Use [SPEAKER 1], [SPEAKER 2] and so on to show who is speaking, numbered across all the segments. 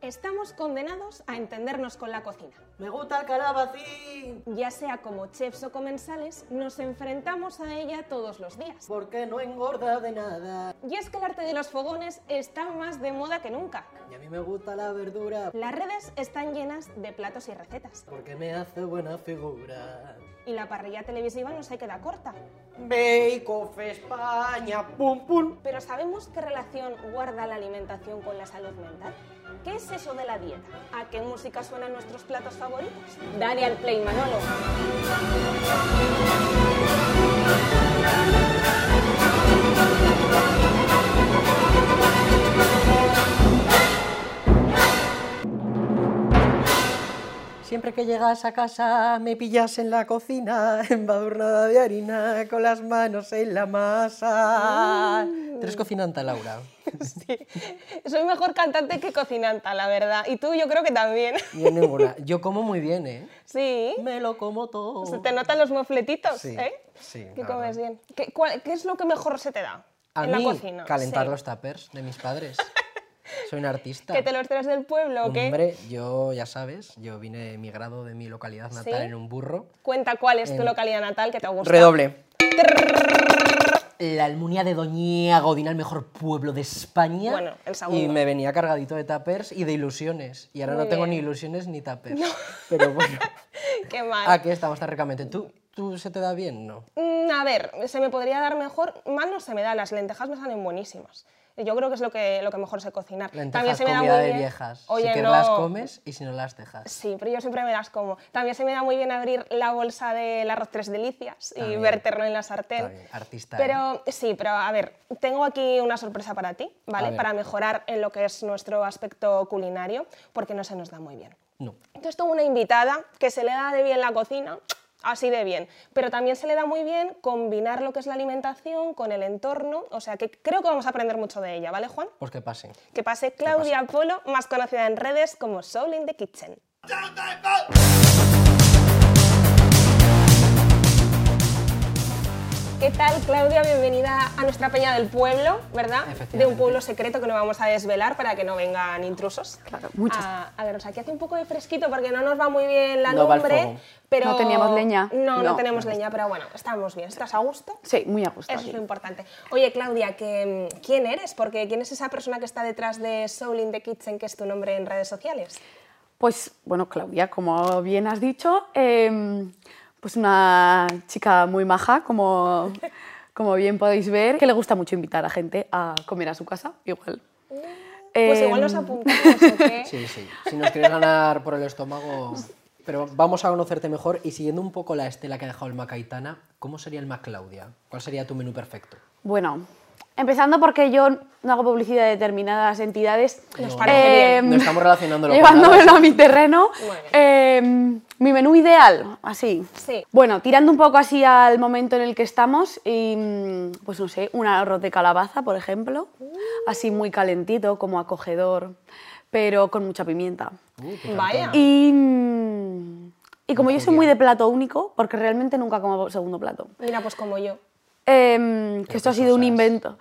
[SPEAKER 1] Estamos condenados a entendernos con la cocina.
[SPEAKER 2] ¡Me gusta el calabacín!
[SPEAKER 1] Ya sea como chefs o comensales, nos enfrentamos a ella todos los días.
[SPEAKER 2] Porque no engorda de nada.
[SPEAKER 1] Y es que el arte de los fogones está más de moda que nunca.
[SPEAKER 2] Y a mí me gusta la verdura.
[SPEAKER 1] Las redes están llenas de platos y recetas.
[SPEAKER 2] Porque me hace buena figura.
[SPEAKER 1] Y la parrilla televisiva no se queda corta.
[SPEAKER 2] Bake Off España, pum pum.
[SPEAKER 1] Pero ¿sabemos qué relación guarda la alimentación con la salud mental? ¿Qué es eso de la dieta? ¿A qué música suenan nuestros platos favoritos? Dale al play, Manolo.
[SPEAKER 2] Siempre que llegas a casa me pillas en la cocina, embadurnada de harina, con las manos en la masa.
[SPEAKER 1] Mm.
[SPEAKER 2] Tres cocinanta, Laura.
[SPEAKER 1] Sí. Soy mejor cantante que cocinanta, la verdad. Y tú yo creo que también.
[SPEAKER 2] Yo ninguna. Yo como muy bien, ¿eh?
[SPEAKER 1] Sí.
[SPEAKER 2] Me lo como todo.
[SPEAKER 1] Se te notan los mofletitos,
[SPEAKER 2] Sí,
[SPEAKER 1] ¿eh?
[SPEAKER 2] sí,
[SPEAKER 1] Que
[SPEAKER 2] la
[SPEAKER 1] comes
[SPEAKER 2] verdad.
[SPEAKER 1] bien. ¿Qué, cuál- qué es lo que mejor se te da
[SPEAKER 2] A
[SPEAKER 1] en
[SPEAKER 2] mí,
[SPEAKER 1] la cocina?
[SPEAKER 2] calentar
[SPEAKER 1] Sí.
[SPEAKER 2] los tuppers de mis padres. Soy un artista.
[SPEAKER 1] ¿Que te los traes del pueblo o qué?
[SPEAKER 2] Hombre, yo, ya sabes, yo vine emigrado de mi localidad natal
[SPEAKER 1] ¿Sí?
[SPEAKER 2] en un burro.
[SPEAKER 1] Cuenta cuál es tu localidad natal que te gusta.
[SPEAKER 2] Redoble. La Almunia de Doña Godina, el mejor pueblo de España.
[SPEAKER 1] Bueno, el segundo.
[SPEAKER 2] Y me venía cargadito de tapers y de ilusiones. Y ahora
[SPEAKER 1] Muy
[SPEAKER 2] no tengo
[SPEAKER 1] bien.
[SPEAKER 2] ni ilusiones ni tapers. Pero bueno,
[SPEAKER 1] Qué mal.
[SPEAKER 2] aquí estamos terricamente. ¿Tú, ¿Tú se te da bien? No.
[SPEAKER 1] Mm, A ver, se me podría dar mejor, mal no se me da, las lentejas me salen buenísimas. Yo creo que es lo que, lo que mejor sé cocinar.
[SPEAKER 2] Lentejas
[SPEAKER 1] se me da
[SPEAKER 2] comida
[SPEAKER 1] muy
[SPEAKER 2] de
[SPEAKER 1] bien-
[SPEAKER 2] viejas.
[SPEAKER 1] Oye,
[SPEAKER 2] si quieres
[SPEAKER 1] no.
[SPEAKER 2] las comes y si no las dejas.
[SPEAKER 1] Sí, pero yo siempre me las como. También se me da muy bien abrir la bolsa del arroz tres delicias y
[SPEAKER 2] También.
[SPEAKER 1] verterlo en la sartén.
[SPEAKER 2] Está bien, artista. ¿eh?
[SPEAKER 1] Pero sí, pero a ver, tengo aquí una sorpresa para ti,
[SPEAKER 2] A
[SPEAKER 1] ¿vale?
[SPEAKER 2] ver.
[SPEAKER 1] Para mejorar en lo que es nuestro aspecto culinario, porque no se nos da muy bien.
[SPEAKER 2] No.
[SPEAKER 1] Entonces tengo una invitada que se le da de bien la cocina, así de bien, pero también se le da muy bien combinar lo que es la alimentación con el entorno, o sea que creo que vamos a aprender mucho de ella, ¿vale Juan?
[SPEAKER 2] Pues que pase.
[SPEAKER 1] Que pase Claudia Polo, más conocida en redes como Soul in the Kitchen. ¿Qué tal, Claudia? Bienvenida a nuestra peña del pueblo, ¿verdad? De un
[SPEAKER 2] Efectivamente.
[SPEAKER 1] pueblo secreto que no vamos a desvelar para que no vengan intrusos. Ah,
[SPEAKER 3] Claro, muchas.
[SPEAKER 1] A, a ver, o sea, aquí hace un poco de fresquito porque no nos va muy bien la
[SPEAKER 2] No va el
[SPEAKER 1] lumbre,
[SPEAKER 2] fuego.
[SPEAKER 1] pero...
[SPEAKER 3] No teníamos leña.
[SPEAKER 1] No, no,
[SPEAKER 3] No.
[SPEAKER 1] tenemos leña, pero bueno, estamos bien. ¿Estás a gusto?
[SPEAKER 3] Sí, muy a
[SPEAKER 2] pues,
[SPEAKER 3] gusto.
[SPEAKER 1] Eso
[SPEAKER 3] aquí.
[SPEAKER 1] es lo importante. Oye, Claudia, que, mm, ¿quién eres? Porque ¿quién es esa persona que está detrás de Soul in the Kitchen, que es tu nombre en redes sociales?
[SPEAKER 3] Pues bueno, Claudia, como bien has dicho, eh, pues una chica muy maja, como, como bien podéis ver, que le gusta mucho invitar a gente a comer a su casa, igual.
[SPEAKER 1] Pues
[SPEAKER 3] Eh,
[SPEAKER 1] igual nos apuntamos, ¿o qué?
[SPEAKER 2] Sí, sí. Si nos quieres ganar por el estómago. Pero vamos a conocerte mejor y siguiendo un poco la estela que ha dejado el Macaitana, ¿cómo sería el Maclaudia? ¿Cuál sería tu menú perfecto?
[SPEAKER 3] Bueno, empezando porque yo no hago publicidad de determinadas entidades.
[SPEAKER 1] Nos parece bien.
[SPEAKER 2] No estamos relacionándolo con
[SPEAKER 3] Llevándomelo a mi terreno.
[SPEAKER 1] Muy bien.
[SPEAKER 3] Eh, mi menú ideal, así.
[SPEAKER 1] Sí.
[SPEAKER 3] Bueno, tirando un poco así al momento en el que estamos, y, mm, pues no sé, un arroz de calabaza, por ejemplo, así muy calentito, como acogedor, pero con mucha pimienta.
[SPEAKER 2] Uh,
[SPEAKER 1] Vaya.
[SPEAKER 3] Y, mm, y como yo soy muy de plato único, porque realmente nunca como segundo plato,
[SPEAKER 1] Mira, pues como yo.
[SPEAKER 3] em, que esto ha sido un
[SPEAKER 2] cosas.
[SPEAKER 3] invento.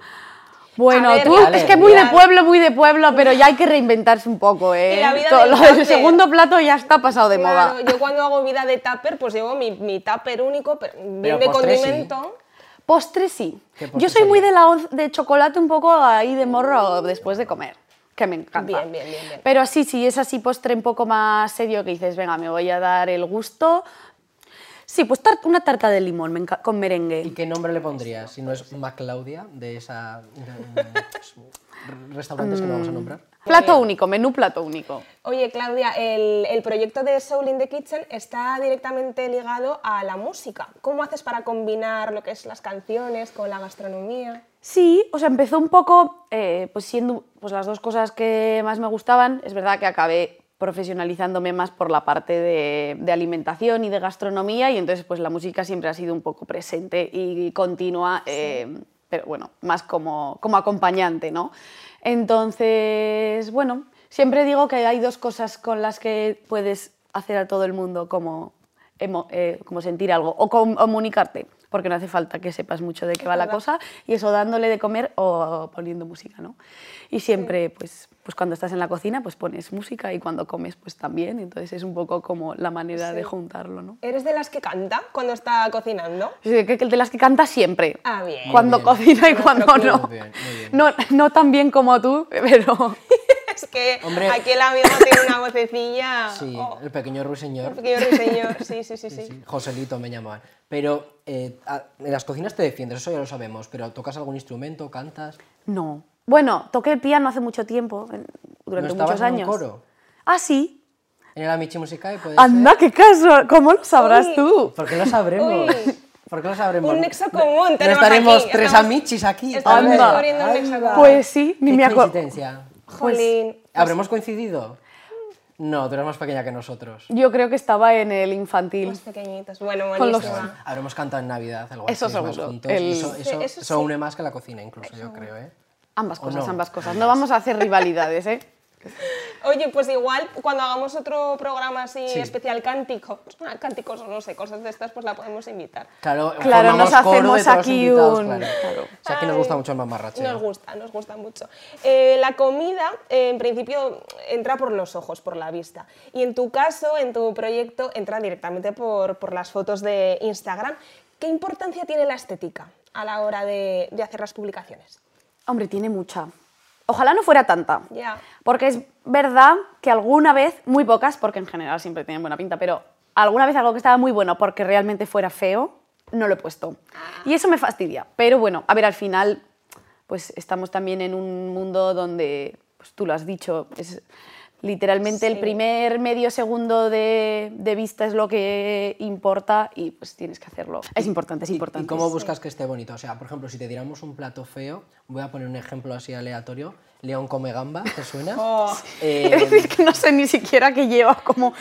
[SPEAKER 3] Bueno,
[SPEAKER 1] ver,
[SPEAKER 3] tú,
[SPEAKER 1] dale,
[SPEAKER 3] es que muy de
[SPEAKER 1] dale.
[SPEAKER 3] pueblo, muy de pueblo, pero ya hay que reinventarse un poco, ¿eh?
[SPEAKER 1] Y la vida
[SPEAKER 3] Todo
[SPEAKER 1] del
[SPEAKER 3] lo del
[SPEAKER 1] tupper.
[SPEAKER 3] segundo plato ya está pasado de
[SPEAKER 1] Claro,
[SPEAKER 3] moda.
[SPEAKER 1] yo cuando hago vida de tupper, pues llevo mi, mi tupper único, pero bien
[SPEAKER 2] Pero
[SPEAKER 1] de
[SPEAKER 2] postre sí.
[SPEAKER 1] condimento.
[SPEAKER 3] Postre sí.
[SPEAKER 2] ¿Qué postre
[SPEAKER 3] Yo soy muy
[SPEAKER 2] sería?
[SPEAKER 3] de la hoz de chocolate un poco ahí de morro después de comer, que me encanta.
[SPEAKER 1] Bien, bien, bien, bien.
[SPEAKER 3] Pero sí, sí, es así postre un poco más serio que dices, venga, me voy a dar el gusto. Sí, pues tar- una tarta de limón me enca- con merengue.
[SPEAKER 2] ¿Y qué nombre le pondrías si no es Maclaudia de esa de, mm, restaurantes que no vamos a nombrar?
[SPEAKER 3] Plato único, menú plato único.
[SPEAKER 1] Oye, Claudia, el, el proyecto de Soul in the Kitchen está directamente ligado a la música. ¿Cómo haces para combinar lo que es las canciones con la gastronomía?
[SPEAKER 3] Sí, o sea, empezó un poco, eh, pues siendo pues las dos cosas que más me gustaban, es verdad que acabé profesionalizándome más por la parte de, de alimentación y de gastronomía y entonces pues la música siempre ha sido un poco presente y continua, eh, pero bueno, más como, como acompañante, ¿no? Entonces, bueno, siempre digo que hay dos cosas con las que puedes hacer a todo el mundo como, emo- eh, como sentir algo o com- comunicarte. porque no hace falta que sepas mucho de qué va la cosa, y eso dándole de comer o poniendo música, ¿no? Y siempre, pues, pues cuando estás en la cocina, pues pones música y cuando comes, pues también, entonces es un poco como la manera de
[SPEAKER 1] Sí.
[SPEAKER 3] juntarlo, ¿no?
[SPEAKER 1] ¿Eres de las que canta cuando está cocinando?
[SPEAKER 3] Sí, que- que de las que canta siempre.
[SPEAKER 1] Ah, bien.
[SPEAKER 3] Cuando
[SPEAKER 2] bien.
[SPEAKER 3] cocina y
[SPEAKER 1] No te
[SPEAKER 3] cuando no.
[SPEAKER 1] preocupes.
[SPEAKER 2] Muy bien, muy bien.
[SPEAKER 3] No, no tan bien como tú, pero
[SPEAKER 1] Es que
[SPEAKER 2] Hombre.
[SPEAKER 1] aquí el amigo tiene una vocecilla.
[SPEAKER 2] Sí,
[SPEAKER 1] oh,
[SPEAKER 2] el pequeño ruiseñor.
[SPEAKER 1] un pequeño ruiseñor. Sí, sí, sí, sí.
[SPEAKER 2] Sí, Joselito me llaman. Pero eh, a- en las cocinas te defiendes, eso ya lo sabemos, pero ¿tocas algún instrumento? ¿Cantas?
[SPEAKER 3] no. Bueno, toqué el piano hace mucho tiempo, en- durante
[SPEAKER 2] ¿No estabas
[SPEAKER 3] muchos
[SPEAKER 2] en un
[SPEAKER 3] años.
[SPEAKER 2] coro?
[SPEAKER 3] Ah, sí.
[SPEAKER 2] ¿En el Amici Musicae puede
[SPEAKER 3] Anda, qué caso. ¿Cómo lo sabrás
[SPEAKER 1] Uy.
[SPEAKER 3] tú?
[SPEAKER 2] ser? ¿Por qué lo sabremos?
[SPEAKER 1] Uy.
[SPEAKER 2] ¿Por qué lo sabremos?
[SPEAKER 1] Un nexo común
[SPEAKER 2] No
[SPEAKER 1] tenemos
[SPEAKER 2] estaremos
[SPEAKER 1] aquí,
[SPEAKER 2] tres
[SPEAKER 1] estamos-
[SPEAKER 2] amichis aquí.
[SPEAKER 1] estamos
[SPEAKER 2] tal vez.
[SPEAKER 1] descubriendo un nexo
[SPEAKER 2] Anda.
[SPEAKER 1] común.
[SPEAKER 3] Pues sí, ni
[SPEAKER 2] Qué
[SPEAKER 3] me acuerdo.
[SPEAKER 2] coincidencia.
[SPEAKER 1] Jolín.
[SPEAKER 2] ¿Habremos coincidido? No, tú eres más pequeña que nosotros.
[SPEAKER 3] Yo creo que estaba en el infantil.
[SPEAKER 1] Más pequeñitos. Bueno,
[SPEAKER 3] Con los-
[SPEAKER 1] buenísima.
[SPEAKER 2] Habremos cantado en Navidad, algo
[SPEAKER 3] Eso
[SPEAKER 2] así, más
[SPEAKER 3] seguro.
[SPEAKER 2] juntos.
[SPEAKER 3] El-
[SPEAKER 2] y Eso,
[SPEAKER 1] Ah. Sí,
[SPEAKER 2] eso-
[SPEAKER 1] eso
[SPEAKER 2] eso
[SPEAKER 1] sí.
[SPEAKER 2] une más que la cocina, incluso, yo creo, ¿eh?
[SPEAKER 3] Ambas
[SPEAKER 2] ¿O
[SPEAKER 3] cosas,
[SPEAKER 2] no?
[SPEAKER 3] ambas cosas. No vamos a hacer rivalidades, ¿eh?
[SPEAKER 1] Oye, pues igual cuando hagamos otro programa así
[SPEAKER 2] Sí.
[SPEAKER 1] especial cánticos, ah, cánticos o no sé, cosas de estas, pues la podemos invitar.
[SPEAKER 2] Claro,
[SPEAKER 3] Claro,
[SPEAKER 2] formamos
[SPEAKER 3] nos
[SPEAKER 2] coro de
[SPEAKER 3] hacemos
[SPEAKER 2] todos los
[SPEAKER 3] aquí
[SPEAKER 2] invitados,
[SPEAKER 3] un-
[SPEAKER 2] Claro.
[SPEAKER 3] claro.
[SPEAKER 2] O sea, aquí nos gusta mucho el mamarrache.
[SPEAKER 1] Nos gusta, nos gusta mucho. Eh, la comida, eh, en principio, entra por los ojos, por la vista. Y en tu caso, en tu proyecto, entra directamente por, por las fotos de Instagram. ¿Qué importancia tiene la estética a la hora de, de hacer las publicaciones?
[SPEAKER 3] Hombre, tiene mucha. Ojalá no fuera tanta.
[SPEAKER 1] Ya.
[SPEAKER 3] Porque es verdad que alguna vez, muy pocas, porque en general siempre tienen buena pinta, pero alguna vez algo que estaba muy bueno porque realmente fuera feo, no lo he puesto.
[SPEAKER 1] Ah.
[SPEAKER 3] Y eso me fastidia. Pero bueno, a ver, al final, pues estamos también en un mundo donde, pues tú lo has dicho, es literalmente el
[SPEAKER 1] Sí.
[SPEAKER 3] primer medio segundo de, de vista es lo que importa y pues tienes que hacerlo. Es importante, es
[SPEAKER 2] ¿Y-
[SPEAKER 3] importante.
[SPEAKER 2] ¿Y cómo
[SPEAKER 3] Sí.
[SPEAKER 2] buscas que esté bonito? O sea, por ejemplo, si te diéramos un plato feo, voy a poner un ejemplo así aleatorio. León come gamba, ¿te suena?
[SPEAKER 1] Oh.
[SPEAKER 2] Eh,
[SPEAKER 3] Quiero decir que no sé ni siquiera qué lleva, como...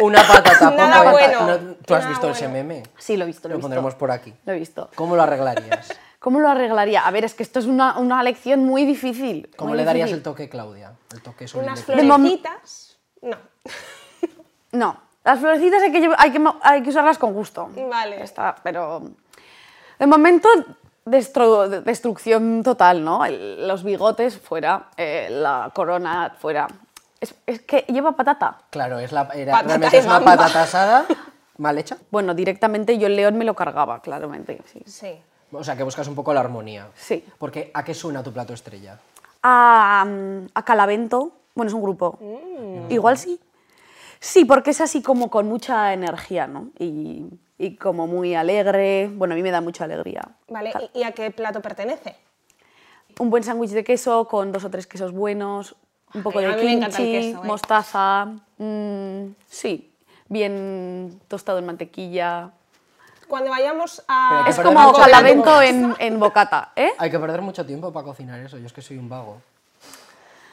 [SPEAKER 2] una patata.
[SPEAKER 1] Nada
[SPEAKER 2] poco de
[SPEAKER 1] bueno,
[SPEAKER 2] pata- no, Tú has
[SPEAKER 1] nada
[SPEAKER 2] visto ese
[SPEAKER 1] bueno.
[SPEAKER 2] meme.
[SPEAKER 3] Sí, lo he visto, lo, he
[SPEAKER 2] Lo
[SPEAKER 3] visto.
[SPEAKER 2] pondremos por aquí.
[SPEAKER 3] Lo he visto.
[SPEAKER 2] ¿Cómo lo arreglarías?
[SPEAKER 3] ¿Cómo lo arreglaría? A ver, es que esto es una, una lección muy difícil.
[SPEAKER 2] ¿Cómo
[SPEAKER 3] muy
[SPEAKER 2] le darías el
[SPEAKER 3] difícil.
[SPEAKER 2] toque, Claudia? El toque
[SPEAKER 1] ¿Unas
[SPEAKER 2] solemne.
[SPEAKER 3] De mom-
[SPEAKER 1] florecitas? No.
[SPEAKER 3] No, las florecitas hay que, llevar- hay que, mo- hay que usarlas con gusto.
[SPEAKER 1] Vale.
[SPEAKER 3] Ya Está, pero... De momento, destro- de- destrucción total, ¿no? El- los bigotes fuera, eh, la corona fuera. Es, es que lleva patata.
[SPEAKER 2] Claro, es la, era-
[SPEAKER 1] Patata
[SPEAKER 2] realmente
[SPEAKER 1] de
[SPEAKER 2] es una
[SPEAKER 1] gamba.
[SPEAKER 2] patata asada mal hecha.
[SPEAKER 3] Bueno, directamente yo el león me lo cargaba, claramente. Sí.
[SPEAKER 1] Sí.
[SPEAKER 2] O sea, que buscas un poco la armonía.
[SPEAKER 3] Sí.
[SPEAKER 2] Porque ¿a qué suena tu plato estrella?
[SPEAKER 3] a, mm, a Calavento. Bueno, es un grupo.
[SPEAKER 1] Mm.
[SPEAKER 3] Igual sí. Sí, porque es así como con mucha energía, ¿no? Y, y como muy alegre. Bueno, a mí me da mucha alegría.
[SPEAKER 1] Vale,
[SPEAKER 2] Ah.
[SPEAKER 1] ¿y- ¿y a qué plato pertenece?
[SPEAKER 3] Un buen sándwich de queso con dos o tres quesos buenos, un poco
[SPEAKER 1] Ay, a
[SPEAKER 3] de
[SPEAKER 1] mí me encanta el
[SPEAKER 3] kimchi,
[SPEAKER 1] queso, eh.
[SPEAKER 3] mostaza. mm, sí, bien tostado en mantequilla.
[SPEAKER 1] Cuando vayamos
[SPEAKER 2] Pero
[SPEAKER 1] a...
[SPEAKER 2] que
[SPEAKER 3] Es
[SPEAKER 2] perder
[SPEAKER 3] como
[SPEAKER 2] mucho tiempo.
[SPEAKER 3] Calavento en, en bocata, ¿eh?
[SPEAKER 2] Hay que perder mucho tiempo para cocinar eso. Yo es que soy un vago.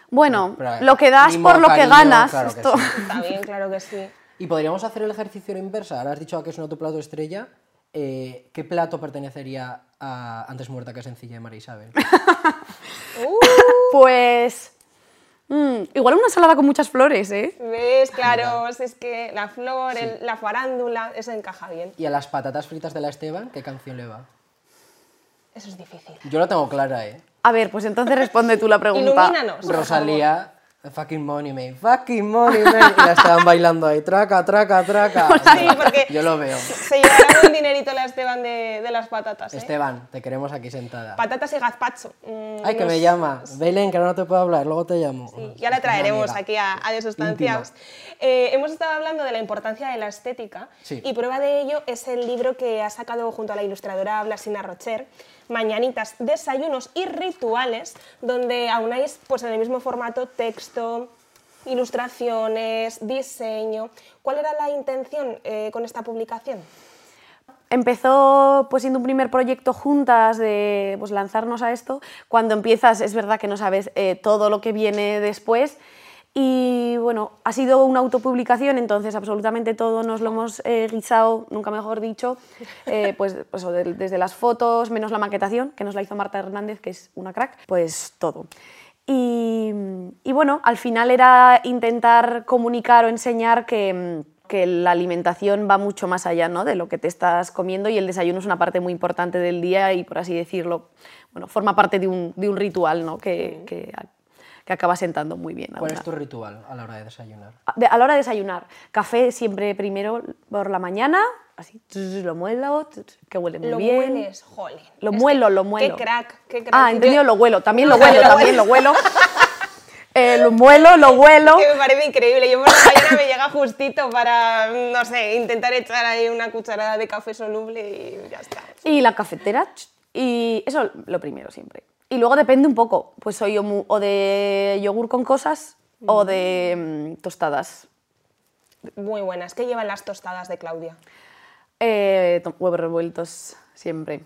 [SPEAKER 3] Bueno,
[SPEAKER 2] Pero,
[SPEAKER 3] lo que das
[SPEAKER 2] mimo,
[SPEAKER 3] por lo que
[SPEAKER 2] cariño,
[SPEAKER 3] ganas.
[SPEAKER 2] claro que
[SPEAKER 3] esto.
[SPEAKER 2] sí.
[SPEAKER 1] Está bien, claro que sí.
[SPEAKER 2] Y podríamos hacer el ejercicio a la inversa. Ahora has dicho a qué suena tu plato estrella. Eh, ¿Qué plato pertenecería a Antes Muerta que Sencilla de María Isabel?
[SPEAKER 3] Pues. mm, igual una ensalada con muchas flores, ¿eh?
[SPEAKER 1] ¿Ves? Claro, si es que la flor, el- la farándula, eso encaja bien.
[SPEAKER 2] ¿Y a las patatas fritas de la Esteban qué canción le va?
[SPEAKER 1] Eso es difícil.
[SPEAKER 2] Yo lo tengo clara, ¿eh?
[SPEAKER 3] A ver, pues entonces responde tú la pregunta.
[SPEAKER 1] Ilumínanos. por
[SPEAKER 2] Rosalía, fucking money, mate. Fucking money, mate. Y la estaban bailando ahí. Traca, traca, traca.
[SPEAKER 1] favor. Sí, porque
[SPEAKER 2] Yo lo veo.
[SPEAKER 1] se llevará buen dinerito la Esteban de, de las patatas, ¿eh?
[SPEAKER 2] Esteban, te queremos aquí sentada.
[SPEAKER 1] Patatas y gazpacho. Mm,
[SPEAKER 2] Ay, que
[SPEAKER 1] no
[SPEAKER 2] me
[SPEAKER 1] sé.
[SPEAKER 2] llama. Belén, que ahora no te puedo hablar, luego te llamo.
[SPEAKER 1] Sí, ya la traeremos aquí a, a De Sustancias. Eh, hemos estado hablando de la importancia de la estética
[SPEAKER 2] Sí.
[SPEAKER 1] y prueba de ello es el libro que ha sacado junto a la ilustradora Blasina Rocher, Mañanitas, Desayunos y Rituales, donde aunáis pues, en el mismo formato texto, ilustraciones, diseño. ¿Cuál era la intención eh, con esta publicación?
[SPEAKER 3] Empezó pues siendo un primer proyecto juntas de pues, lanzarnos a esto. Cuando empiezas es verdad que no sabes eh, todo lo que viene después. Y bueno, ha sido una autopublicación, entonces absolutamente todo nos lo hemos eh, guisado, nunca mejor dicho, eh, pues, pues, o del- desde las fotos, menos la maquetación, que nos la hizo Marta Hernández, que es una crack, pues todo. Y, y bueno, al final era intentar comunicar o enseñar que, mm, que la alimentación va mucho más allá ¿no? de lo que te estás comiendo y el desayuno es una parte muy importante del día y, por así decirlo, bueno, forma parte de un, de un ritual ¿no? que, que, que acaba sentando muy bien. a
[SPEAKER 2] ¿Cuál
[SPEAKER 3] una-
[SPEAKER 2] es tu ritual a la hora de desayunar?
[SPEAKER 3] a- de- a la hora de desayunar, café siempre primero por la mañana, así tss, lo muelo, tss, que huele muy
[SPEAKER 1] Lo
[SPEAKER 3] bien.
[SPEAKER 1] mueles, jolín.
[SPEAKER 3] Lo
[SPEAKER 1] Es que-
[SPEAKER 3] muelo, lo muelo.
[SPEAKER 1] Qué crack, qué crack.
[SPEAKER 3] Ah,
[SPEAKER 1] Yo-
[SPEAKER 3] entendido, lo huelo, también lo
[SPEAKER 1] No,
[SPEAKER 3] huelo,
[SPEAKER 1] lo
[SPEAKER 3] también lo
[SPEAKER 1] huelo.
[SPEAKER 3] huelo. Eh, lo muelo, lo huelo.
[SPEAKER 1] Que me parece increíble. Yo por la mañana me llega justito para, no sé, intentar echar ahí una cucharada de café soluble y ya está.
[SPEAKER 3] Y la cafetera. ch, Y eso lo primero siempre. Y luego depende un poco. Pues soy o, mu- o de yogur con cosas o de mm, tostadas.
[SPEAKER 1] Muy buenas. ¿Qué llevan las tostadas de Claudia?
[SPEAKER 3] Eh, to- huevos revueltos siempre.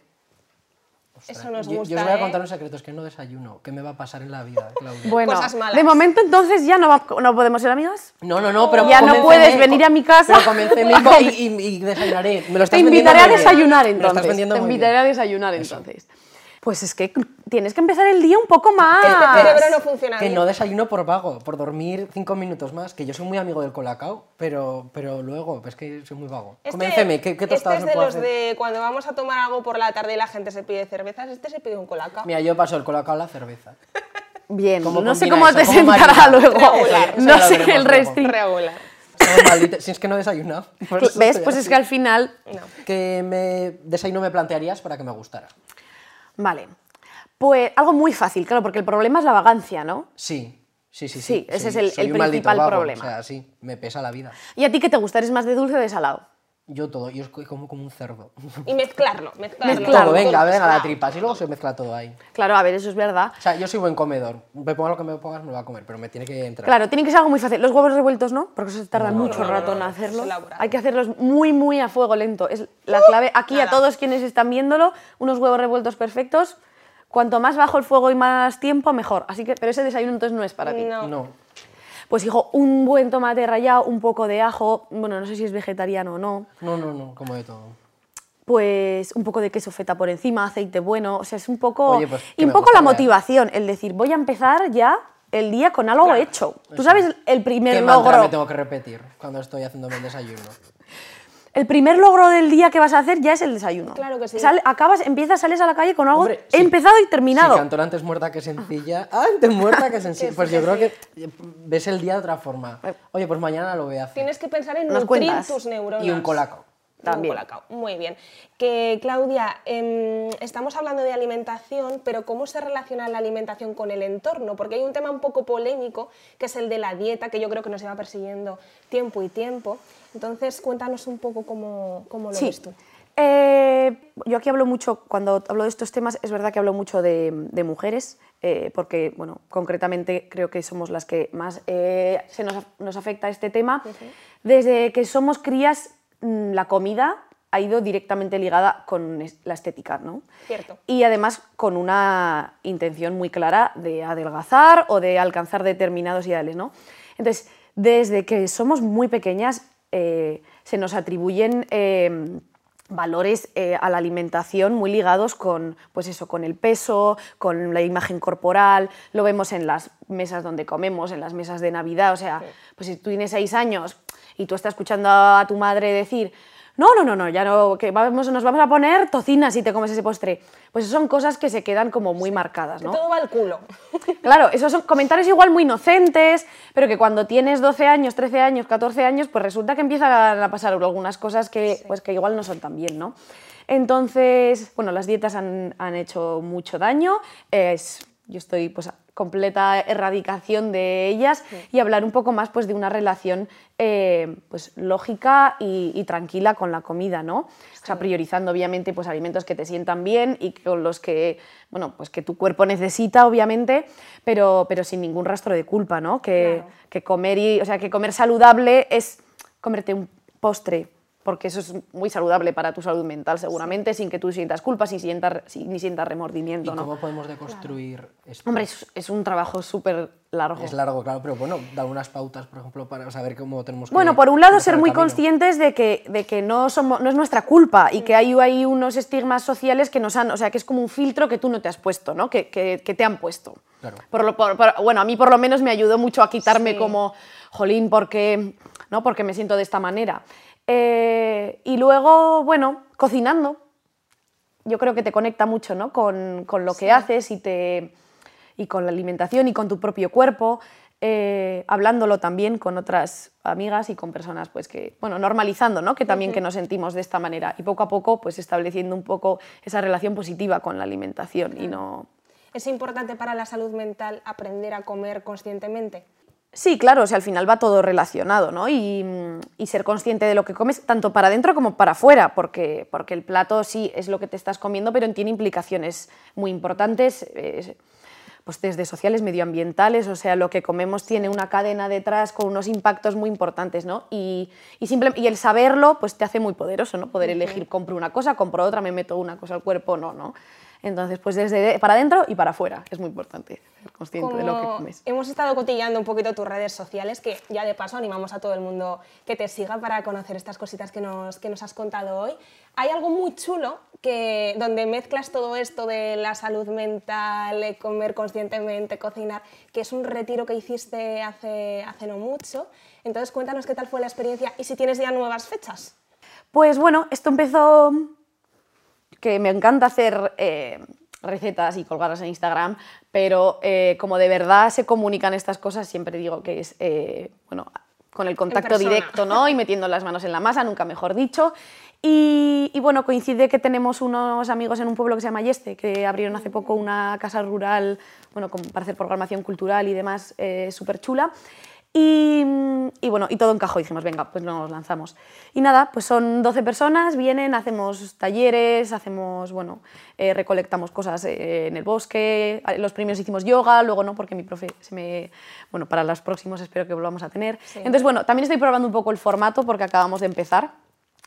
[SPEAKER 1] Eso nos
[SPEAKER 2] yo,
[SPEAKER 1] gusta,
[SPEAKER 2] yo os voy a
[SPEAKER 1] ¿eh?
[SPEAKER 2] contar un secreto, es que no desayuno. ¿Qué me va a pasar en la vida, Claudia?
[SPEAKER 3] Bueno,
[SPEAKER 1] Cosas malas.
[SPEAKER 3] de momento entonces ya no, va- no podemos ser amigas.
[SPEAKER 2] No, no, no, pero
[SPEAKER 3] Ya no
[SPEAKER 2] convénceme,
[SPEAKER 3] puedes
[SPEAKER 2] co-
[SPEAKER 3] venir a mi casa
[SPEAKER 2] Pero convénceme
[SPEAKER 3] a comer.
[SPEAKER 2] y, y- y desayunaré. Me lo estás
[SPEAKER 3] Te invitaré a
[SPEAKER 2] vendiendo muy bien.
[SPEAKER 3] desayunar
[SPEAKER 2] Me lo estás
[SPEAKER 3] entonces.
[SPEAKER 2] vendiendo
[SPEAKER 3] Te
[SPEAKER 2] muy
[SPEAKER 3] invitaré a
[SPEAKER 2] bien.
[SPEAKER 3] desayunar entonces. Pues es que tienes que empezar el día un poco más.
[SPEAKER 1] El cerebro no funciona
[SPEAKER 2] Que
[SPEAKER 1] bien.
[SPEAKER 2] no desayuno por vago, por dormir cinco minutos más, que yo soy muy amigo del colacao, pero, pero luego, es que soy muy vago.
[SPEAKER 1] Este-
[SPEAKER 2] Convénceme, ¿qué, qué tostadas
[SPEAKER 1] este
[SPEAKER 2] me
[SPEAKER 1] es de
[SPEAKER 2] puedo
[SPEAKER 1] los
[SPEAKER 2] hacer?
[SPEAKER 1] de cuando vamos a tomar algo por la tarde y la gente se pide cervezas, este se pide un colacao.
[SPEAKER 2] Mira, yo paso el colacao a la cerveza.
[SPEAKER 3] Bien,
[SPEAKER 2] ¿Cómo
[SPEAKER 3] no sé
[SPEAKER 2] combina
[SPEAKER 3] cómo
[SPEAKER 2] eso?
[SPEAKER 3] te
[SPEAKER 2] ¿Cómo
[SPEAKER 3] sentará
[SPEAKER 2] marida?
[SPEAKER 3] luego.
[SPEAKER 2] Regular, eso
[SPEAKER 3] No
[SPEAKER 2] ya lo
[SPEAKER 3] sé
[SPEAKER 2] veremos
[SPEAKER 3] el
[SPEAKER 2] luego.
[SPEAKER 3] resting.
[SPEAKER 1] Regular.
[SPEAKER 2] Estaba malita, si es que no he desayunado. por eso
[SPEAKER 3] ¿Ves?
[SPEAKER 2] estoy
[SPEAKER 3] Pues
[SPEAKER 2] así.
[SPEAKER 3] es que al final
[SPEAKER 1] No.
[SPEAKER 2] ¿Qué me, desayuno me plantearías para que me gustara?
[SPEAKER 3] Vale. Pues algo muy fácil, claro, porque el problema es la vagancia, ¿no?
[SPEAKER 2] Sí, sí, sí. Sí,
[SPEAKER 3] Sí, ese
[SPEAKER 2] Soy-
[SPEAKER 3] es el-
[SPEAKER 2] soy
[SPEAKER 3] el
[SPEAKER 2] un maldito
[SPEAKER 3] principal
[SPEAKER 2] vago,
[SPEAKER 3] problema.
[SPEAKER 2] O sea, sí, me pesa la vida.
[SPEAKER 3] ¿Y a ti qué te gusta? ¿Eres más de dulce o de salado?
[SPEAKER 2] Yo todo, yo soy como como un cerdo.
[SPEAKER 1] Y mezclarlo, mezclarlo.
[SPEAKER 3] Mezclarlo.
[SPEAKER 2] todo,
[SPEAKER 3] Claro,
[SPEAKER 2] venga,
[SPEAKER 3] todo
[SPEAKER 2] venga,
[SPEAKER 3] mezclado.
[SPEAKER 2] la tripa. Si luego se mezcla todo ahí.
[SPEAKER 3] Claro, a ver, eso es verdad.
[SPEAKER 2] O sea, yo soy buen comedor. Me ponga lo que me pongas, me lo va a comer, pero me tiene que entrar.
[SPEAKER 3] Claro, tiene que ser algo muy fácil. Los huevos revueltos no, porque eso se tarda mucho
[SPEAKER 1] no, no,
[SPEAKER 3] rato
[SPEAKER 1] no, no,
[SPEAKER 3] en hacerlo.
[SPEAKER 1] es elaborado. Uh,
[SPEAKER 3] Hay que hacerlos muy, muy a fuego lento. Es la clave. Aquí a
[SPEAKER 1] nada.
[SPEAKER 3] todos quienes están viéndolo, unos huevos revueltos perfectos. Cuanto más bajo el fuego y más tiempo, mejor. Así que, pero ese desayuno entonces no es para ti.
[SPEAKER 1] No.
[SPEAKER 2] No.
[SPEAKER 3] Pues hijo, un buen tomate rallado, un poco de ajo, bueno, no sé si es vegetariano o no.
[SPEAKER 2] No, no, no, como de todo.
[SPEAKER 3] pues un poco de queso feta por encima, aceite bueno, o sea, es un poco...
[SPEAKER 2] Oye, pues,
[SPEAKER 3] y
[SPEAKER 2] que
[SPEAKER 3] un
[SPEAKER 2] me
[SPEAKER 3] poco la
[SPEAKER 2] gustaría.
[SPEAKER 3] motivación, el decir, voy a empezar ya el día con algo hecho. Tú sabes el
[SPEAKER 2] ¿Qué
[SPEAKER 3] primer
[SPEAKER 2] mantra me
[SPEAKER 3] logro.
[SPEAKER 2] tengo que repetir cuando estoy haciéndome el desayuno?
[SPEAKER 3] El primer logro del día que vas a hacer ya es el desayuno.
[SPEAKER 1] Claro que sí.
[SPEAKER 3] Sal- acabas, empiezas, sales a la calle con algo
[SPEAKER 2] Hombre,
[SPEAKER 3] Oh, he
[SPEAKER 2] sí.
[SPEAKER 3] empezado y terminado.
[SPEAKER 2] Si cantor antes muerta que sencilla. Ah, antes muerta que sencilla.
[SPEAKER 1] Sí,
[SPEAKER 2] Pues
[SPEAKER 1] sí,
[SPEAKER 2] yo creo
[SPEAKER 1] sí.
[SPEAKER 2] que ves el día de otra forma.
[SPEAKER 3] Eh.
[SPEAKER 2] Oye, pues mañana lo voy a hacer.
[SPEAKER 1] Tienes que pensar en
[SPEAKER 3] Nos
[SPEAKER 1] nutrir
[SPEAKER 3] cuentas.
[SPEAKER 1] tus neuronas.
[SPEAKER 2] Y un colacao.
[SPEAKER 3] También.
[SPEAKER 1] Un colacao. Muy bien. Que Claudia, em, estamos hablando de alimentación, pero ¿cómo se relaciona la alimentación con el entorno? Porque hay un tema un poco polémico, que es el de la dieta, que yo creo que nos lleva persiguiendo tiempo y tiempo. Entonces, cuéntanos un poco cómo, cómo lo ves tú.
[SPEAKER 3] Eh, yo aquí hablo mucho, cuando hablo de estos temas, es verdad que hablo mucho de, de mujeres, eh, porque, bueno, concretamente creo que somos las que más eh, se nos, af- nos afecta este tema. Desde que somos crías, mm, la comida ha ido directamente ligada con es- la estética, ¿no?
[SPEAKER 1] Cierto.
[SPEAKER 3] Y además con una intención muy clara de adelgazar o de alcanzar determinados ideales, ¿no? Entonces, desde que somos muy pequeñas eh, se nos atribuyen eh, valores eh, a la alimentación muy ligados con, pues eso, con el peso, con la imagen corporal, lo vemos en las mesas donde comemos, en las mesas de Navidad, o sea, pues si tú tienes seis años y tú estás escuchando a tu madre decir, no, no, no, no, ya no, que vamos, nos vamos a poner tocinas si te comes ese postre. Pues son cosas que se quedan como muy marcadas, ¿no?
[SPEAKER 1] Todo va al culo.
[SPEAKER 3] Claro, esos son comentarios igual muy inocentes, pero que cuando tienes 12 años, 13 años, 14 años, pues resulta que empiezan a pasar algunas cosas que, pues que igual no son tan bien, ¿no? Entonces, bueno, las dietas han, han hecho mucho daño, es, yo estoy pues a completa erradicación de ellas y hablar un poco más pues de una relación eh, pues lógica y, y tranquila con la comida, ¿no? O sea, priorizando obviamente pues alimentos que te sientan bien y con los que, bueno, pues que tu cuerpo necesita obviamente, pero, pero sin ningún rastro de culpa, ¿no? Que,
[SPEAKER 1] Claro.
[SPEAKER 3] que comer y, o sea, que comer saludable es comerte un postre porque eso es muy saludable para tu salud mental seguramente, sin que tú sientas culpa, sin sientas, sin- ni sientas
[SPEAKER 2] ¿Y
[SPEAKER 3] remordimiento. ¿no?
[SPEAKER 2] cómo podemos deconstruir esto?
[SPEAKER 3] Hombre, es, es un trabajo súper largo.
[SPEAKER 2] Es largo, claro, pero bueno, da unas pautas, por ejemplo, para saber cómo tenemos que...
[SPEAKER 3] Bueno, por un lado,
[SPEAKER 2] empezar
[SPEAKER 3] ser
[SPEAKER 2] el
[SPEAKER 3] muy
[SPEAKER 2] camino.
[SPEAKER 3] conscientes de que, de que no, somos, no es nuestra culpa y que hay, hay unos estigmas sociales que nos han. O sea, que es como un filtro que tú no te has puesto, ¿no? Que, que- que te han puesto.
[SPEAKER 2] Claro.
[SPEAKER 3] Por lo- por- por- bueno, a mí por lo menos me ayudó mucho a quitarme
[SPEAKER 1] Sí.
[SPEAKER 3] como, jolín, porque ¿no? porque me siento de esta manera? Eh, y luego, bueno, cocinando. Yo creo que te conecta mucho ¿no? con, con lo que haces y, te, y con la alimentación y con tu propio cuerpo. eh, hablándolo también con otras amigas y con personas pues que bueno normalizando ¿no? que también que nos sentimos de esta manera y poco a poco pues estableciendo un poco esa relación positiva con la alimentación y no
[SPEAKER 1] ¿Es importante para la salud mental aprender a comer conscientemente?
[SPEAKER 3] Sí, claro, o sea, al final va todo relacionado, ¿no? Y, mm, y ser consciente de lo que comes, tanto para adentro como para afuera, porque, porque el plato sí es lo que te estás comiendo, pero tiene implicaciones muy importantes, eh, pues desde sociales, medioambientales, o sea, lo que comemos tiene una cadena detrás con unos impactos muy importantes, ¿no? Y, y, simple- y el saberlo, pues te hace muy poderoso, ¿no? Poder elegir, compro una cosa, compro otra, me meto una cosa al cuerpo, no, ¿no? Entonces, pues desde para adentro y para afuera, es muy importante ser consciente de lo que
[SPEAKER 1] Como
[SPEAKER 3] comes.
[SPEAKER 1] Hemos estado cotillando un poquito tus redes sociales, que ya de paso animamos a todo el mundo que te siga para conocer estas cositas que nos, que nos has contado hoy. Hay algo muy chulo que, donde mezclas todo esto de la salud mental, eh, comer conscientemente, cocinar, que es un retiro que hiciste hace, hace no mucho. Entonces cuéntanos qué tal fue la experiencia y si tienes ya nuevas fechas.
[SPEAKER 3] Pues bueno, esto empezó que me encanta hacer eh, recetas y colgarlas en Instagram, pero eh, como de verdad se comunican estas cosas, siempre digo que es, eh, bueno, con el contacto
[SPEAKER 1] persona.
[SPEAKER 3] directo, ¿no? Y metiendo las manos en la masa, nunca mejor dicho. Y, y bueno, coincide que tenemos unos amigos en un pueblo que se llama Yeste, que abrieron hace poco una casa rural, bueno, con- para hacer programación cultural y demás, súper chula. Y, mm, y bueno, y todo encajó. Dijimos, venga, pues nos lanzamos. Y nada, pues son 12 personas, vienen, hacemos talleres, hacemos, bueno, eh, recolectamos cosas eh, en el bosque. A- Los primeros hicimos yoga, luego no, porque mi profe se me. Bueno, para los próximos espero que volvamos a tener. Entonces, bueno, también estoy probando un poco el formato porque acabamos de empezar.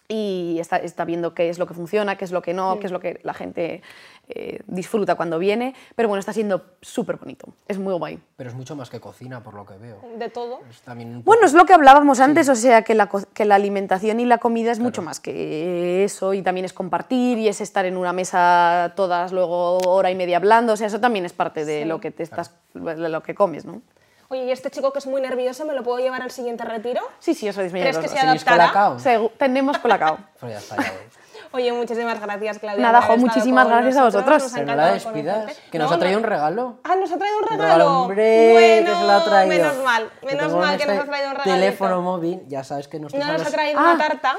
[SPEAKER 3] Y está, está viendo qué es lo que funciona, qué es lo que no, qué es lo que la gente eh, disfruta cuando viene. Pero bueno, está siendo súper bonito. Es muy guay.
[SPEAKER 2] Pero es mucho más que cocina, por lo que veo.
[SPEAKER 1] De todo.
[SPEAKER 2] Es también un
[SPEAKER 3] Bueno,
[SPEAKER 2] poco-
[SPEAKER 3] es lo que hablábamos antes, o sea, que la, co- que la alimentación y la comida es mucho más que eso, y también es compartir, y es estar en una mesa todas luego hora y media hablando, o sea, eso también es parte de
[SPEAKER 1] Sí.
[SPEAKER 3] lo que te estás, de lo que comes, ¿no?
[SPEAKER 1] Oye, ¿y este chico que es muy nervioso me lo puedo llevar al siguiente retiro?
[SPEAKER 3] Sí, sí, eso es
[SPEAKER 1] ¿Crees que se
[SPEAKER 2] ¿Seguís con
[SPEAKER 1] adaptará?
[SPEAKER 2] la cao?
[SPEAKER 3] Tenemos colacao.
[SPEAKER 2] Pues ya está, ya voy.
[SPEAKER 1] Oye, muchísimas gracias, Claudia.
[SPEAKER 3] Nada,
[SPEAKER 1] por haber
[SPEAKER 3] jo,
[SPEAKER 1] estado
[SPEAKER 3] muchísimas
[SPEAKER 1] con
[SPEAKER 3] gracias a
[SPEAKER 1] nosotros.
[SPEAKER 3] vosotros.
[SPEAKER 1] Nos ha
[SPEAKER 2] Pero no la
[SPEAKER 1] encantado
[SPEAKER 2] despidas,
[SPEAKER 1] conocerte.
[SPEAKER 2] que nos
[SPEAKER 1] No,
[SPEAKER 2] ha traído
[SPEAKER 1] no.
[SPEAKER 2] un regalo.
[SPEAKER 1] Ah, nos ha traído un
[SPEAKER 2] Un
[SPEAKER 1] regalo.
[SPEAKER 2] regalo, hombre, que se lo ha traído.
[SPEAKER 1] Menos mal,
[SPEAKER 2] Que
[SPEAKER 1] menos
[SPEAKER 2] tengo
[SPEAKER 1] mal
[SPEAKER 2] en
[SPEAKER 1] que nos
[SPEAKER 2] este
[SPEAKER 1] ha traído un regalo.
[SPEAKER 2] Teléfono móvil, ya sabes que nuestros
[SPEAKER 1] No nos
[SPEAKER 2] a
[SPEAKER 1] ha
[SPEAKER 2] los-
[SPEAKER 1] traído
[SPEAKER 3] Ah.
[SPEAKER 1] una tarta.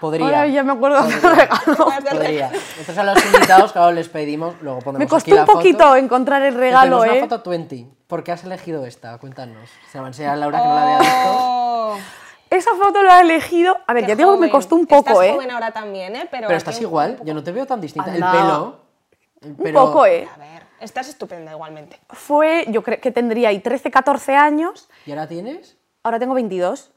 [SPEAKER 2] Podría.
[SPEAKER 3] Ahora ya me acuerdo del regalo.
[SPEAKER 1] Acabas de-
[SPEAKER 2] Podría. Entonces a los invitados, claro, les pedimos, luego ponemos
[SPEAKER 3] Me
[SPEAKER 2] aquí
[SPEAKER 3] costó
[SPEAKER 2] la
[SPEAKER 3] un poquito
[SPEAKER 2] foto.
[SPEAKER 3] encontrar el
[SPEAKER 2] Y
[SPEAKER 3] regalo,
[SPEAKER 2] tenemos
[SPEAKER 3] ¿eh?
[SPEAKER 2] una foto 20. ¿Por qué has elegido esta? Cuéntanos. Se la va a enseñar Laura que no la había visto.
[SPEAKER 1] Oh,
[SPEAKER 3] Esa foto la he elegido. A ver,
[SPEAKER 1] qué
[SPEAKER 3] ya digo que me
[SPEAKER 1] joven.
[SPEAKER 3] costó un poco,
[SPEAKER 1] Estás
[SPEAKER 3] ¿eh?
[SPEAKER 1] joven ahora también, ¿eh? Pero,
[SPEAKER 2] Pero
[SPEAKER 1] aquí
[SPEAKER 2] estás
[SPEAKER 1] un-
[SPEAKER 2] igual, yo no te veo tan distinta. El
[SPEAKER 3] Anda.
[SPEAKER 2] pelo.
[SPEAKER 3] Un poco, ¿eh?
[SPEAKER 1] A ver, estás estupenda igualmente.
[SPEAKER 3] Fue, yo creo que tendría ahí 13, 14 años.
[SPEAKER 2] ¿Y ahora tienes?
[SPEAKER 3] Ahora tengo 22.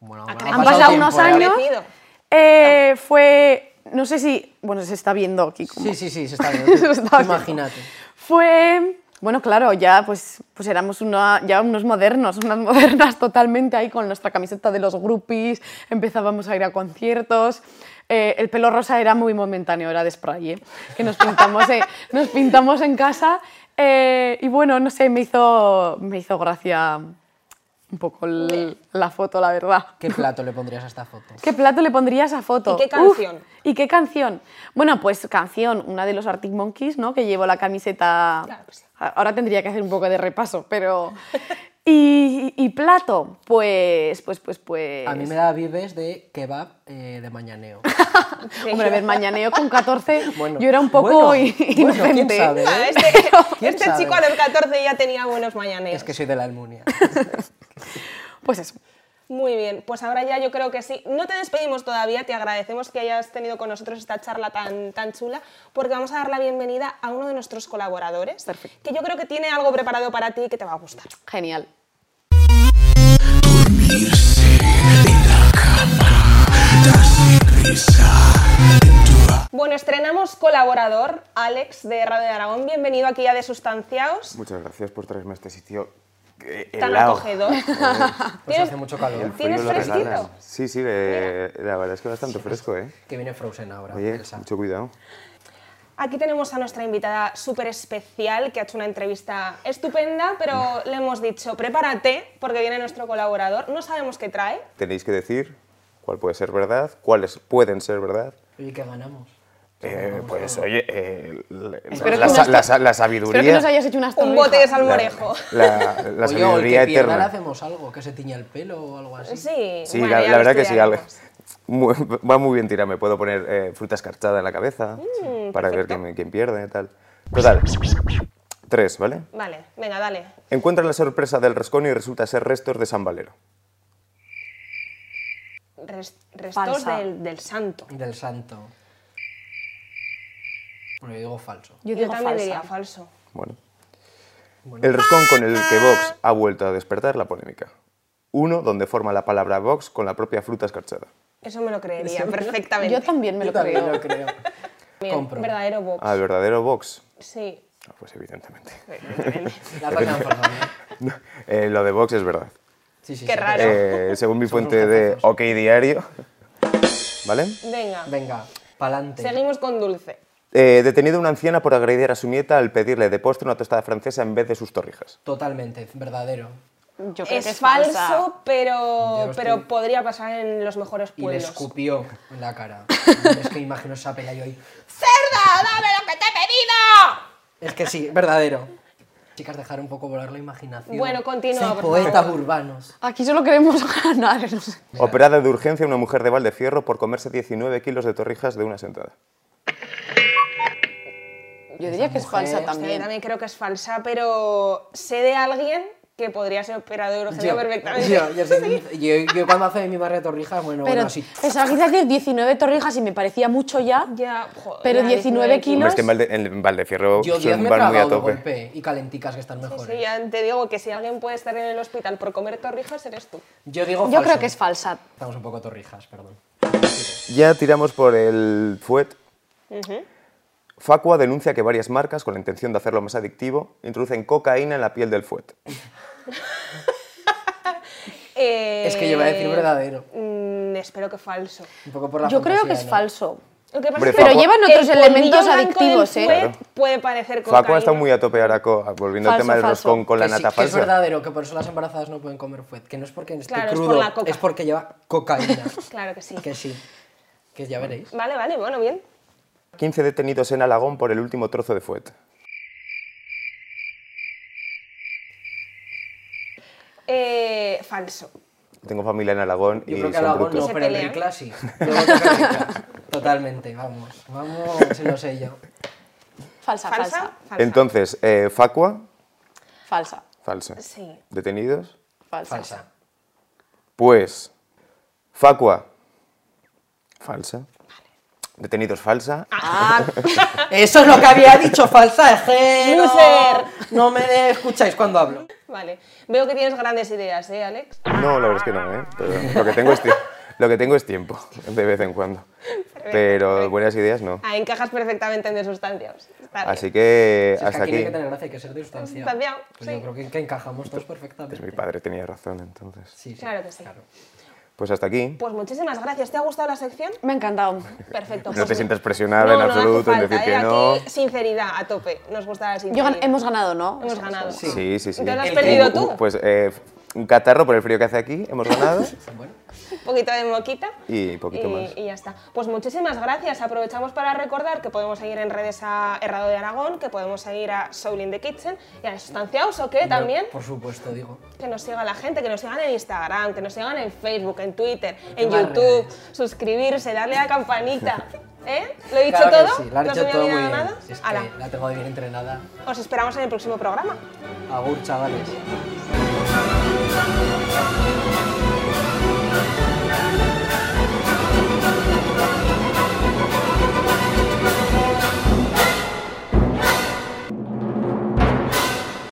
[SPEAKER 2] Bueno,
[SPEAKER 1] crecido.
[SPEAKER 3] Han pasado
[SPEAKER 2] tiempo,
[SPEAKER 3] unos
[SPEAKER 2] ¿eh?
[SPEAKER 3] años.
[SPEAKER 1] Crecido.
[SPEAKER 3] Eh, Fue, no sé si, bueno, se está viendo aquí. como-
[SPEAKER 2] Sí, sí, sí, se está
[SPEAKER 3] Se
[SPEAKER 2] viendo.
[SPEAKER 3] está viendo.
[SPEAKER 2] Imagínate.
[SPEAKER 3] Fue, bueno, claro, ya pues, pues éramos una, ya unos modernos, unas modernas totalmente ahí con nuestra camiseta de los groupies, empezábamos a ir a conciertos. Eh, el pelo rosa era muy momentáneo, era de spray, ¿eh? que nos pintamos, eh, nos pintamos en casa eh, y bueno, no sé, me hizo, me hizo gracia un poco el- la foto, la verdad.
[SPEAKER 2] ¿Qué plato le pondrías a esta foto?
[SPEAKER 3] ¿Qué plato le pondría a esa foto?
[SPEAKER 1] ¿Y qué
[SPEAKER 3] Uf,
[SPEAKER 1] canción?
[SPEAKER 3] ¿Y qué canción? Bueno, pues canción, una de los Arctic Monkeys, ¿no? Que llevo la camiseta...
[SPEAKER 1] Claro que sí.
[SPEAKER 3] A- Ahora tendría que hacer un poco de repaso, pero... ¿Y, y plato? Pues, pues, pues, pues...
[SPEAKER 2] A mí me da vives de kebab eh, de mañaneo. ¿eh?
[SPEAKER 3] Hombre, a ver, mañaneo con 14,
[SPEAKER 2] Bueno,
[SPEAKER 3] yo era un poco
[SPEAKER 2] bueno,
[SPEAKER 3] i-
[SPEAKER 2] bueno, quién
[SPEAKER 3] inocente.
[SPEAKER 2] sabe, ¿eh?
[SPEAKER 1] Ah, Este, este
[SPEAKER 2] sabe?
[SPEAKER 1] chico a los 14 ya tenía buenos mañaneos.
[SPEAKER 2] Es que soy de la Almunia.
[SPEAKER 3] Pues eso.
[SPEAKER 1] Muy bien, pues ahora ya yo creo que sí. No te despedimos todavía, te agradecemos que hayas tenido con nosotros esta charla tan, tan chula, porque vamos a dar la bienvenida a uno de nuestros colaboradores,
[SPEAKER 3] Perfecto.
[SPEAKER 1] que yo creo que tiene algo preparado para ti que te va a gustar.
[SPEAKER 3] Genial.
[SPEAKER 4] dormirse en la cama, darse
[SPEAKER 1] estrenamos colaborador, Alex de Radio de Aragón. Bienvenido aquí a De Sustanciaos.
[SPEAKER 4] Muchas gracias por traerme a este sitio eh,
[SPEAKER 1] Tan
[SPEAKER 4] helado.
[SPEAKER 1] acogedor.
[SPEAKER 4] Joder,
[SPEAKER 2] Pues hace mucho
[SPEAKER 4] el
[SPEAKER 2] calor.
[SPEAKER 4] frío
[SPEAKER 1] ¿Tienes
[SPEAKER 4] lo
[SPEAKER 1] fresquito?
[SPEAKER 4] regalan. Sí, sí, de- la verdad es que bastante fresco, ¿eh?
[SPEAKER 2] Que viene Frozen ahora.
[SPEAKER 4] Oye,
[SPEAKER 2] Elsa.
[SPEAKER 4] mucho cuidado.
[SPEAKER 1] Aquí tenemos a nuestra invitada súper especial que ha hecho una entrevista estupenda, pero le hemos dicho, prepárate porque viene nuestro colaborador. No sabemos qué trae.
[SPEAKER 4] Tenéis que decir cuál puede ser verdad, cuáles pueden ser verdad.
[SPEAKER 2] Oye, ¿qué ganamos?
[SPEAKER 4] Eh, pues oye, eh, la,
[SPEAKER 3] Espero que
[SPEAKER 4] la-
[SPEAKER 3] no
[SPEAKER 4] la-
[SPEAKER 3] esté-
[SPEAKER 4] la- la sabiduría.
[SPEAKER 3] Espero que nos hayas hecho unas
[SPEAKER 1] Un bote de
[SPEAKER 3] torrijas.
[SPEAKER 1] salmorejo.
[SPEAKER 4] La, la- la
[SPEAKER 2] Oye, o el
[SPEAKER 4] sabiduría
[SPEAKER 2] que pierda le
[SPEAKER 4] eterna.
[SPEAKER 2] hacemos algo, que se tiña el pelo o algo así.
[SPEAKER 1] Sí,
[SPEAKER 4] Sí,
[SPEAKER 1] bueno,
[SPEAKER 4] la,
[SPEAKER 1] ya
[SPEAKER 4] la
[SPEAKER 1] lo
[SPEAKER 4] verdad que sí. al-
[SPEAKER 1] estudiaremos.
[SPEAKER 4] muy- va muy bien tirarme. Puedo poner eh, fruta escarchada en la cabeza
[SPEAKER 1] Mm,
[SPEAKER 4] para ver quién, quién pierde y tal. Total. Tres, ¿vale?
[SPEAKER 1] Vale, venga, dale.
[SPEAKER 4] Encuentran la sorpresa del rascón y resulta ser restos de San Valero.
[SPEAKER 1] Res- restos
[SPEAKER 3] Falsa.
[SPEAKER 1] del, del santo.
[SPEAKER 2] Del santo. Bueno, yo digo falso.
[SPEAKER 3] Yo
[SPEAKER 1] Yo,
[SPEAKER 3] digo
[SPEAKER 1] también
[SPEAKER 3] falsa.
[SPEAKER 1] diría falso.
[SPEAKER 4] Bueno.
[SPEAKER 2] Bueno.
[SPEAKER 4] El rascón con el que Vox ha vuelto a despertar la polémica. Uno donde forma la palabra Vox con la propia fruta escarchada.
[SPEAKER 1] Eso me lo creería
[SPEAKER 2] Eso me lo-
[SPEAKER 1] perfectamente.
[SPEAKER 3] Yo también me
[SPEAKER 2] Yo
[SPEAKER 3] lo
[SPEAKER 2] también
[SPEAKER 3] creo.
[SPEAKER 2] lo creo.
[SPEAKER 1] Bien,
[SPEAKER 2] Compro.
[SPEAKER 1] Verdadero Vox.
[SPEAKER 4] Al Ah, verdadero Vox.
[SPEAKER 1] Sí.
[SPEAKER 4] Ah, Pues evidentemente.
[SPEAKER 2] La pasan por favor.
[SPEAKER 4] No, eh, lo de Vox es verdad.
[SPEAKER 2] Sí, sí,
[SPEAKER 1] Qué
[SPEAKER 2] sí.
[SPEAKER 1] raro.
[SPEAKER 4] Eh, según mi
[SPEAKER 2] Somos
[SPEAKER 4] fuente de
[SPEAKER 2] jefazos.
[SPEAKER 4] OK Diario. ¿Vale?
[SPEAKER 1] Venga,
[SPEAKER 2] Venga, pa'lante.
[SPEAKER 1] seguimos con dulce.
[SPEAKER 4] Eh, detenida una anciana por agredir a su nieta al pedirle de postre una tostada francesa en vez de sus torrijas.
[SPEAKER 2] Totalmente, verdadero.
[SPEAKER 3] Yo creo
[SPEAKER 1] Es,
[SPEAKER 3] que es
[SPEAKER 1] falso,
[SPEAKER 3] falsa.
[SPEAKER 1] pero,
[SPEAKER 2] Yo estoy-
[SPEAKER 1] pero podría pasar en los mejores
[SPEAKER 2] Y le
[SPEAKER 1] pueblos.
[SPEAKER 2] escupió en la cara. es que imagino esa pelea yo ahí.
[SPEAKER 1] ¡Cerda, dame lo que te he pedido!
[SPEAKER 2] Es que sí, verdadero. Chicas, dejar un poco volar la imaginación.
[SPEAKER 1] Bueno, continúa,
[SPEAKER 2] Ser
[SPEAKER 1] por
[SPEAKER 2] poetas urbanos.
[SPEAKER 3] Aquí solo queremos ganar. no sé.
[SPEAKER 4] Operada de urgencia una mujer de Valdefierro por comerse 19 kilos de torrijas de una sentada.
[SPEAKER 3] Yo diría que es falsa
[SPEAKER 1] O sea, yo
[SPEAKER 3] también.
[SPEAKER 1] también creo que es falsa, pero sé de alguien que podría ser operador de urgencia perfectamente.
[SPEAKER 2] Yo, yo soy- yo- yo cuando hace mi madre torrijas, bueno,
[SPEAKER 3] Pero
[SPEAKER 2] bueno, sí.
[SPEAKER 3] pensaba que ibas a decir 19 torrijas y me parecía mucho ya.
[SPEAKER 1] Ya, joder,
[SPEAKER 3] Pero
[SPEAKER 1] ya,
[SPEAKER 3] 19 kilos.
[SPEAKER 4] Hombre, es que en, Valde- en Valdefierro
[SPEAKER 2] Yo 10
[SPEAKER 4] son-
[SPEAKER 2] me he
[SPEAKER 4] van muy a
[SPEAKER 2] tragado de
[SPEAKER 4] tope.
[SPEAKER 2] golpe y calenticas que están mejores.
[SPEAKER 1] Sí, ya te digo que si alguien puede estar en el hospital por comer torrijas, eres tú.
[SPEAKER 2] Yo digo
[SPEAKER 3] Yo
[SPEAKER 2] falso.
[SPEAKER 3] creo que es falsa.
[SPEAKER 2] Estamos un poco torrijas, perdón.
[SPEAKER 4] Ya tiramos por el fuet. Facua denuncia que varias marcas, con la intención de hacerlo más adictivo, introducen cocaína en la piel del fuet.
[SPEAKER 1] Eh,
[SPEAKER 2] Es que yo iba a decir verdadero.
[SPEAKER 1] mm, espero que falso.
[SPEAKER 2] Un poco por la
[SPEAKER 3] Yo creo que
[SPEAKER 2] fantasía,
[SPEAKER 3] es
[SPEAKER 2] ¿no?
[SPEAKER 3] falso.
[SPEAKER 1] Lo que pasa
[SPEAKER 4] Hombre,
[SPEAKER 1] es que
[SPEAKER 3] Pero
[SPEAKER 4] Facua-
[SPEAKER 3] llevan
[SPEAKER 1] el
[SPEAKER 3] otros
[SPEAKER 1] polvillo
[SPEAKER 3] elementos
[SPEAKER 1] blanco
[SPEAKER 3] adictivos,
[SPEAKER 1] del
[SPEAKER 3] ¿eh?
[SPEAKER 1] fuet
[SPEAKER 4] Claro.
[SPEAKER 1] Puede parecer cocaína.
[SPEAKER 4] Facua está muy a tope ahora, co- volviendo al
[SPEAKER 3] Falso,
[SPEAKER 4] tema del
[SPEAKER 3] falso.
[SPEAKER 4] roscón con la
[SPEAKER 2] Que sí,
[SPEAKER 4] nata
[SPEAKER 2] que es
[SPEAKER 4] falsa.
[SPEAKER 2] verdadero, que por eso las embarazadas no pueden comer fuet. Que no es porque esté
[SPEAKER 1] Claro, es por
[SPEAKER 2] crudo,
[SPEAKER 1] la coca.
[SPEAKER 2] es porque lleva cocaína.
[SPEAKER 1] Claro que sí.
[SPEAKER 2] que sí. Que ya veréis.
[SPEAKER 1] Vale, vale, bueno, bien.
[SPEAKER 4] 15 detenidos en Alagón por el último trozo de fuet.
[SPEAKER 1] Eh, falso.
[SPEAKER 4] Tengo familia en Alagón
[SPEAKER 2] Yo
[SPEAKER 4] y
[SPEAKER 2] creo que
[SPEAKER 4] son
[SPEAKER 2] Aragón
[SPEAKER 4] brutos.
[SPEAKER 2] no,
[SPEAKER 1] Se
[SPEAKER 2] pero
[SPEAKER 1] pelean.
[SPEAKER 2] Ricla sí. Yo voto que Ricla. Totalmente, vamos. Vamos, si lo sé yo.
[SPEAKER 3] Falsa, falsa.
[SPEAKER 1] ¿Falsa? Falsa.
[SPEAKER 4] Entonces, eh, Facua,
[SPEAKER 3] Falsa.
[SPEAKER 4] falsa.
[SPEAKER 1] Sí.
[SPEAKER 4] Detenidos.
[SPEAKER 3] Falsa.
[SPEAKER 2] Falsa.
[SPEAKER 4] Pues, Facua, falsa. Detenidos, falsa.
[SPEAKER 2] Eso es lo que había dicho, falsa. es que no-
[SPEAKER 1] Loser.
[SPEAKER 2] No me escucháis cuando hablo.
[SPEAKER 1] Vale. Veo que tienes grandes ideas, ¿eh, Alex?
[SPEAKER 4] No, la verdad es que no, ¿eh? Pero lo, que tengo es tie- lo que tengo es tiempo, de vez en cuando. Pero buenas ideas no.
[SPEAKER 1] Ah, encajas perfectamente en de sustancias. Está bien.
[SPEAKER 4] Así que,
[SPEAKER 2] Ah, Si es que
[SPEAKER 4] hasta
[SPEAKER 2] aquí no hay que
[SPEAKER 4] aquí.
[SPEAKER 2] tener gracia, hay que ser de sustancia.
[SPEAKER 1] Sustanciado,
[SPEAKER 2] Pues
[SPEAKER 1] sí.
[SPEAKER 2] Yo creo que, que encajamos todos perfectamente.
[SPEAKER 4] Mi padre tenía razón, entonces.
[SPEAKER 2] Sí, sí,
[SPEAKER 1] Claro que sí.
[SPEAKER 4] Pues hasta aquí.
[SPEAKER 1] Pues muchísimas gracias. ¿Te ha gustado la sección?
[SPEAKER 3] Me ha encantado.
[SPEAKER 1] Perfecto.
[SPEAKER 4] No
[SPEAKER 1] pues mu-
[SPEAKER 4] te sientas presionada en
[SPEAKER 1] No, no hace
[SPEAKER 4] absoluto en
[SPEAKER 1] falta,
[SPEAKER 4] decir
[SPEAKER 1] ¿eh?
[SPEAKER 4] que no.
[SPEAKER 1] Aquí, sinceridad, a tope. Nos gusta la
[SPEAKER 3] Yo
[SPEAKER 1] sinceridad.
[SPEAKER 3] gan- hemos ganado, ¿no?
[SPEAKER 1] Hemos ganado.
[SPEAKER 2] Sí.
[SPEAKER 4] Sí, sí, sí.
[SPEAKER 1] Te lo has
[SPEAKER 4] El-
[SPEAKER 1] perdido
[SPEAKER 4] un-
[SPEAKER 1] tú.
[SPEAKER 4] un- Pues eh, un catarro por el frío que hace aquí, hemos ganado.
[SPEAKER 2] Bueno,
[SPEAKER 1] Un poquito de moquita.
[SPEAKER 4] Y poquito más.
[SPEAKER 1] Y ya está. Pues muchísimas gracias. Aprovechamos para recordar que podemos seguir en redes a Herrado de Aragón, que podemos seguir a Soul in the Kitchen y a Sustanciaos o qué también.
[SPEAKER 2] Por supuesto, digo.
[SPEAKER 1] Que nos siga la gente, que nos sigan en Instagram, que nos sigan en Facebook, en Twitter, en
[SPEAKER 2] Más
[SPEAKER 1] YouTube, suscribirse, darle a la campanita. ¿Eh? ¿Lo he dicho
[SPEAKER 2] Claro que
[SPEAKER 1] todo?
[SPEAKER 2] Sí, lo has
[SPEAKER 1] ¿No se me
[SPEAKER 2] dicho
[SPEAKER 1] ha
[SPEAKER 2] todo muy
[SPEAKER 1] olvidado
[SPEAKER 2] bien.
[SPEAKER 1] nada?
[SPEAKER 2] Si es que
[SPEAKER 1] Ala,
[SPEAKER 2] la tengo bien entrenada.
[SPEAKER 1] os esperamos en el próximo programa.
[SPEAKER 2] Agur, chavales.